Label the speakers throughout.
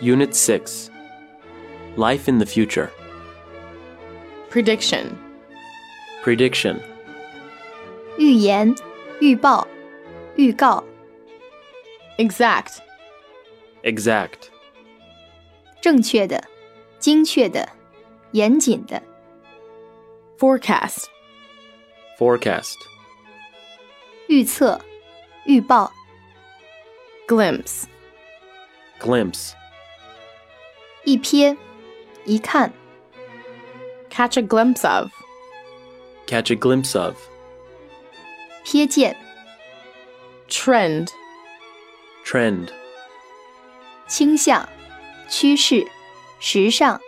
Speaker 1: Unit 6 Life in the Future
Speaker 2: Prediction.
Speaker 1: Prediction
Speaker 3: 预言、预报、预告、
Speaker 2: Exact.
Speaker 1: Exact
Speaker 3: 正确的、精确的、严谨的、
Speaker 2: Forecast.
Speaker 1: Forecast
Speaker 3: 预测、预报、
Speaker 2: Glimpse.
Speaker 1: Glimpse
Speaker 3: 一瞥、一看、
Speaker 2: Catch a glimpse of.
Speaker 1: Catch a glimpse of
Speaker 3: 瞥见、
Speaker 2: Trend.
Speaker 1: Trend
Speaker 3: 倾向、趋势、时尚、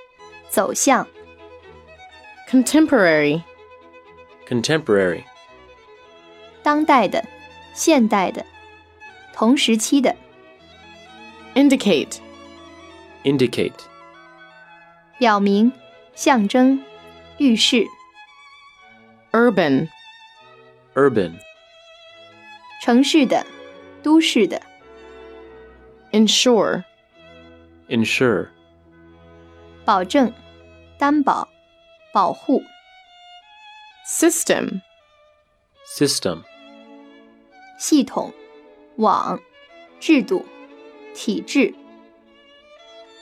Speaker 3: 走向、
Speaker 2: Contemporary.
Speaker 1: Contemporary
Speaker 3: 当代的、现代的、同时期的、
Speaker 2: Indicate.
Speaker 1: Indicate
Speaker 3: 表明、象征、预示、
Speaker 2: Urban.
Speaker 1: Urban
Speaker 3: 城市的、都市的、
Speaker 2: Insure.
Speaker 1: Insure
Speaker 3: 保证、担保、保护、
Speaker 2: System.
Speaker 1: System
Speaker 3: 系统、网、制度、体制、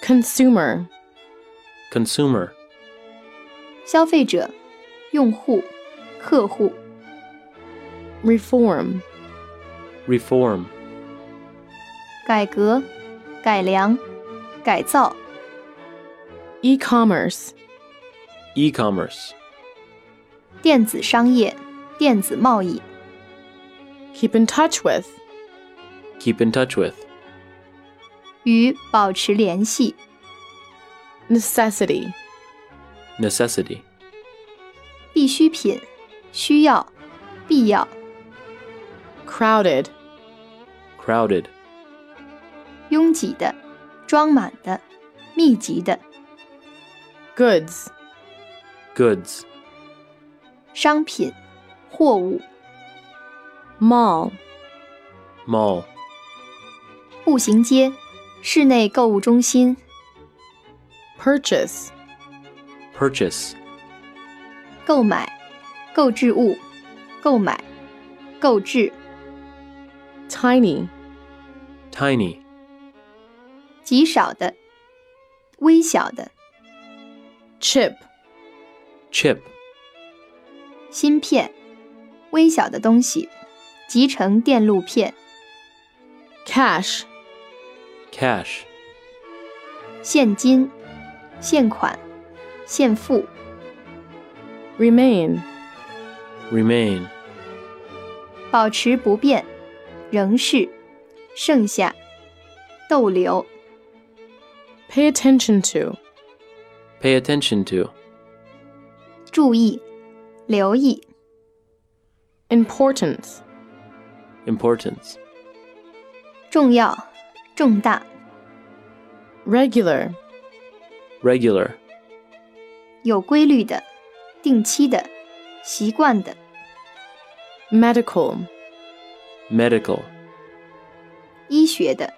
Speaker 2: Consumer.
Speaker 1: Consumer
Speaker 3: 消费者、用户、客户、
Speaker 2: Reform.
Speaker 1: Reform
Speaker 3: 改革、改良、改造、
Speaker 2: E commerce.
Speaker 1: E-commerce
Speaker 3: 电子商业、电子贸易、
Speaker 2: Keep in touch with.
Speaker 1: Keep in touch with
Speaker 3: 与保持联系、
Speaker 2: Necessity.
Speaker 1: Necessity
Speaker 3: 必需品、需要、必要、
Speaker 2: Crowded.
Speaker 1: Crowded
Speaker 3: 拥挤的、装满的、密集的、
Speaker 2: Goods.
Speaker 1: Goods
Speaker 3: 商品、货物、
Speaker 2: Mall.
Speaker 1: Mall
Speaker 3: 步行街、室内购物中心、
Speaker 2: Purchase.
Speaker 1: Purchase
Speaker 3: 购买、购置物、购买、购置、
Speaker 2: Tiny.
Speaker 1: Tiny
Speaker 3: 极少的、微小的、
Speaker 2: Chip.
Speaker 1: Chip
Speaker 3: 芯片、微小的东西、集成电路片、
Speaker 2: Cash.
Speaker 1: Cash
Speaker 3: 现金、现款、现付、
Speaker 2: Remain.
Speaker 1: Remain
Speaker 3: 保持不变、仍是、剩下、逗留、
Speaker 2: Pay attention to.
Speaker 1: Pay attention to
Speaker 3: 注意、留意、
Speaker 2: Importance.
Speaker 1: Importance
Speaker 3: 重要、重大、
Speaker 2: Regular.
Speaker 1: Regular
Speaker 3: 有规律的、定期的、习惯的、
Speaker 2: Medical.
Speaker 1: Medical
Speaker 3: 医学的、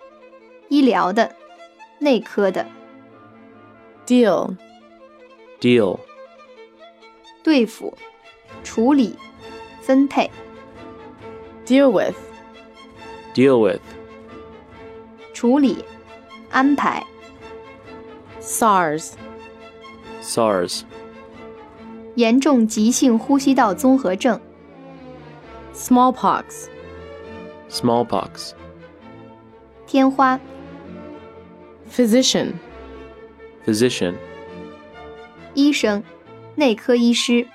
Speaker 3: 医疗的、内科的、
Speaker 2: Deal.
Speaker 1: Deal
Speaker 3: 对付、处理、分配、
Speaker 2: Deal with.
Speaker 1: Deal with
Speaker 3: 处理、安排、
Speaker 2: SARS.
Speaker 1: SARS
Speaker 3: 严重急性呼吸道综合症、
Speaker 2: Smallpox.
Speaker 1: Smallpox
Speaker 3: 天花、
Speaker 2: Physician.
Speaker 1: Physician
Speaker 3: 医生、内科医师、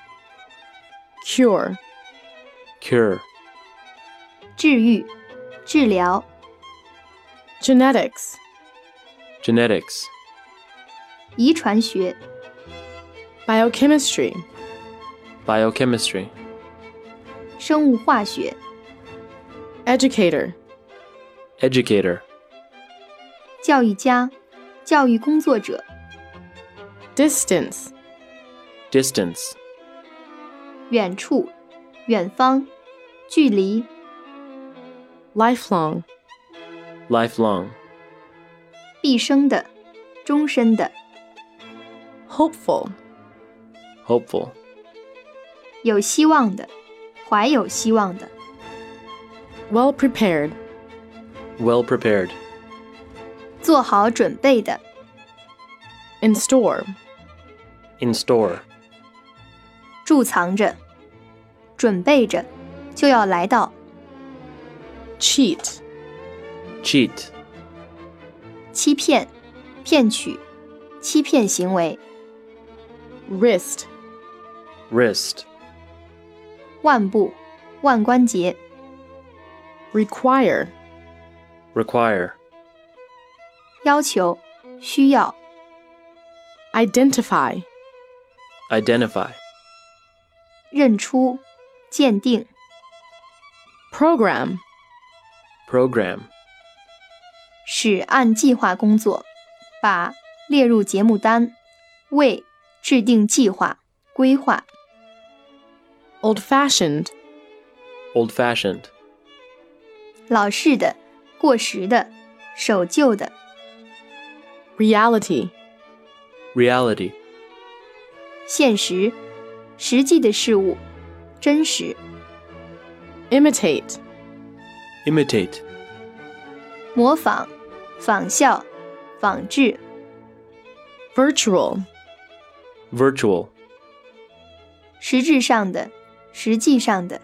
Speaker 2: Cure.
Speaker 1: Cure
Speaker 3: 治愈、治疗、
Speaker 2: Genetics.
Speaker 1: Genetics
Speaker 3: 遗传学、
Speaker 2: Biochemistry.
Speaker 1: Biochemistry
Speaker 3: 生物化学、
Speaker 2: Educator.
Speaker 1: Educator
Speaker 3: 教育家、教育工作者、
Speaker 2: Distance.
Speaker 1: Distance
Speaker 3: 远处、远方、距离、
Speaker 2: Lifelong.
Speaker 1: Lifelong
Speaker 3: 毕生的、终身的，
Speaker 2: hopeful,
Speaker 1: hopeful,
Speaker 3: 有希望的，怀有希望的，
Speaker 2: well prepared,
Speaker 1: well prepared,
Speaker 3: 做好准备的，
Speaker 2: in store,
Speaker 1: in store,
Speaker 3: 贮藏着，准备着，就要来到，
Speaker 2: cheat,
Speaker 1: cheat,
Speaker 3: 欺骗、骗取、欺骗行为，
Speaker 2: wrist,
Speaker 1: wrist,
Speaker 3: 腕部、腕关节，
Speaker 2: require,
Speaker 1: require,
Speaker 3: 要求、需要、
Speaker 2: identify,
Speaker 1: identify,
Speaker 3: 认出、鉴定、
Speaker 2: program,
Speaker 1: program,
Speaker 3: 使按计划工作，把列入节目单，为制定计划、规划、
Speaker 2: old fashioned,
Speaker 1: old fashioned,
Speaker 3: 老式的、过时的、守旧的、
Speaker 2: reality,
Speaker 1: reality,
Speaker 3: 现实、实际的事物、真实、
Speaker 2: imitate,
Speaker 1: imitate,
Speaker 3: 模仿、仿效、仿制、
Speaker 2: virtual,
Speaker 1: virtual,
Speaker 3: 实质上的、实际上的、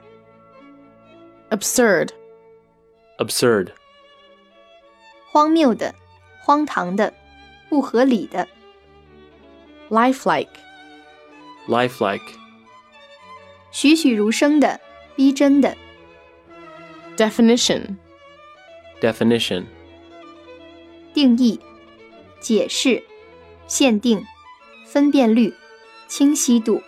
Speaker 2: absurd,
Speaker 1: absurd,
Speaker 3: 荒谬的、荒唐的、不合理的、
Speaker 2: lifelike,
Speaker 1: lifelike,
Speaker 3: 栩栩如生的、逼真的、
Speaker 2: definition,
Speaker 1: definition,
Speaker 3: 定义、解释、限定、分辨率、清晰度、